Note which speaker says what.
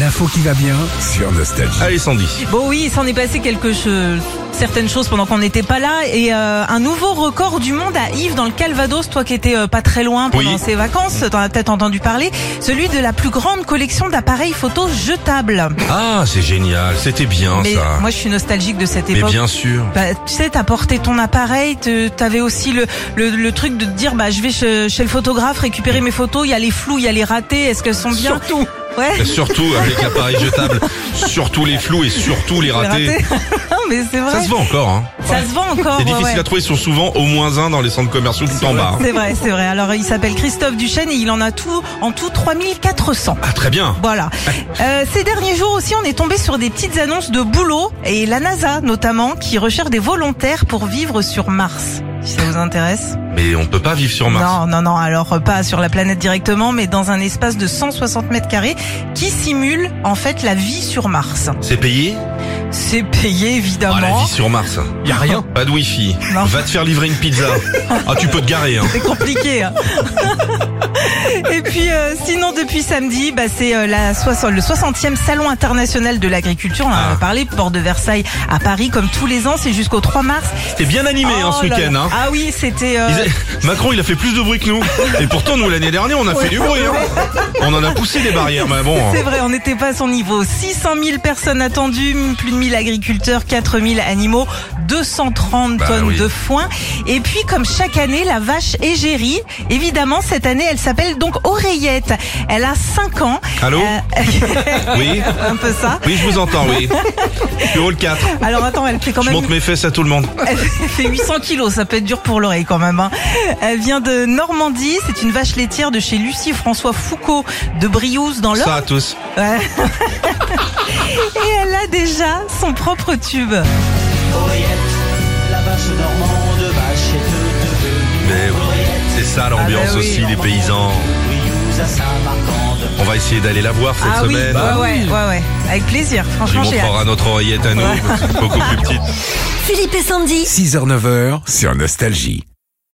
Speaker 1: L'info qui va bien sur Nostalgie.
Speaker 2: Allez Sandy.
Speaker 3: Bon oui, il s'en est passé quelque chose, certaines choses pendant qu'on n'était pas là et euh, un nouveau record du monde à Yves dans le Calvados, toi qui étais euh, pas très loin pendant
Speaker 2: Oui.
Speaker 3: ces vacances, t'en as peut-être entendu parler, celui de la plus grande collection d'appareils photo jetables.
Speaker 2: Ah, c'est génial, c'était bien
Speaker 3: Mais
Speaker 2: ça.
Speaker 3: moi je suis nostalgique de cette
Speaker 2: Mais
Speaker 3: époque.
Speaker 2: bien sûr.
Speaker 3: Bah, tu sais, t'as porté ton appareil, te- t'avais aussi le, le, le truc de te dire, bah, je vais che- chez le photographe récupérer mes photos, il y a les flous, il y a les ratés, est-ce qu'elles sont bien Surtout Ouais
Speaker 2: Et Surtout avec l'appareil jetable, surtout les flous et surtout les
Speaker 3: les
Speaker 2: ratés.
Speaker 3: ratés. Non, mais c'est vrai.
Speaker 2: Ça se vend encore, hein.
Speaker 3: Ça se vend encore.
Speaker 2: C'est
Speaker 3: ouais,
Speaker 2: difficile
Speaker 3: ouais.
Speaker 2: à trouver, ils sont souvent au moins un dans les centres commerciaux tout en bas. hein.
Speaker 3: C'est vrai, c'est vrai. Alors, il s'appelle Christophe Duchesne et il en a tout, en tout 3400.
Speaker 2: Ah très bien.
Speaker 3: Voilà. Euh, ces derniers jours aussi, on est tombé sur des petites annonces de boulot et la NASA notamment qui recherche des volontaires pour vivre sur Mars. Si ça vous intéresse.
Speaker 2: Mais on peut pas vivre sur Mars.
Speaker 3: Non, non, non. Alors euh, pas sur la planète directement, mais dans un espace de 160 mètres carrés qui simule en fait la vie sur Mars.
Speaker 2: C'est payé
Speaker 3: C'est payé
Speaker 2: Ah la
Speaker 3: évidemment.
Speaker 2: vie sur Mars.
Speaker 1: Y a rien.
Speaker 2: Pas de wifi.
Speaker 3: Non.
Speaker 2: Va te faire livrer une pizza. Ah tu peux te garer hein.
Speaker 3: C'est compliqué. hein. Et puis, euh, sinon, depuis samedi, bah, c'est euh, la soixante- le 60e Salon international de l'agriculture. On en a
Speaker 2: Ah.
Speaker 3: parlé, port de Versailles à Paris, comme tous les ans, c'est jusqu'au 3 mars.
Speaker 2: C'était bien animé hein, ce
Speaker 3: Oh là
Speaker 2: week-end
Speaker 3: là.
Speaker 2: hein.
Speaker 3: Ah oui, c'était... euh,
Speaker 2: Ils- Macron, il a fait plus de bruit que nous. Et pourtant, nous, l'année dernière, on a fait du bruit. hein. On en a poussé des barrières, mais bon. hein.
Speaker 3: C'est vrai, on n'était pas à son niveau. 600 000 personnes attendues, plus de 1000 agriculteurs, 4 000 animaux, 230
Speaker 2: Bah
Speaker 3: tonnes
Speaker 2: oui.
Speaker 3: de foin. Et puis, comme chaque année, la vache égérie. Évidemment, cette année, elle s'appelle donc Oreillette. Elle a 5 ans.
Speaker 2: Allô
Speaker 3: Euh,
Speaker 2: Oui,
Speaker 3: un peu ça.
Speaker 2: oui, je vous entends, oui. Bureau le 4.
Speaker 3: Alors attends, elle fait quand
Speaker 2: Je
Speaker 3: même
Speaker 2: monte mes fesses à tout le monde.
Speaker 3: elle fait 800 kilos, ça peut être dur pour l'oreille quand même. hein. Elle vient de Normandie, c'est une vache laitière de chez Lucie François Foucault de Briouze dans
Speaker 2: Ça
Speaker 3: l'Or.
Speaker 2: à tous.
Speaker 3: Ouais. Et elle a déjà son propre tube.
Speaker 4: Henriette, la vache normande, vache est devenue
Speaker 2: Mais oui, c'est ça l'ambiance
Speaker 3: Ah bah oui.
Speaker 2: aussi, les paysans.
Speaker 4: Briouze à Saint-Marcande.
Speaker 2: On va essayer d'aller la voir cette
Speaker 3: ah oui,
Speaker 2: semaine.
Speaker 3: ouais, ouais, ouais, ouais. Avec plaisir,
Speaker 2: On lui
Speaker 3: franchement, j'ai hâte.
Speaker 2: montrera notre oreillette à nous, beaucoup plus petite.
Speaker 5: Philippe et Sandy.
Speaker 1: 6h-9h sur Nostalgie.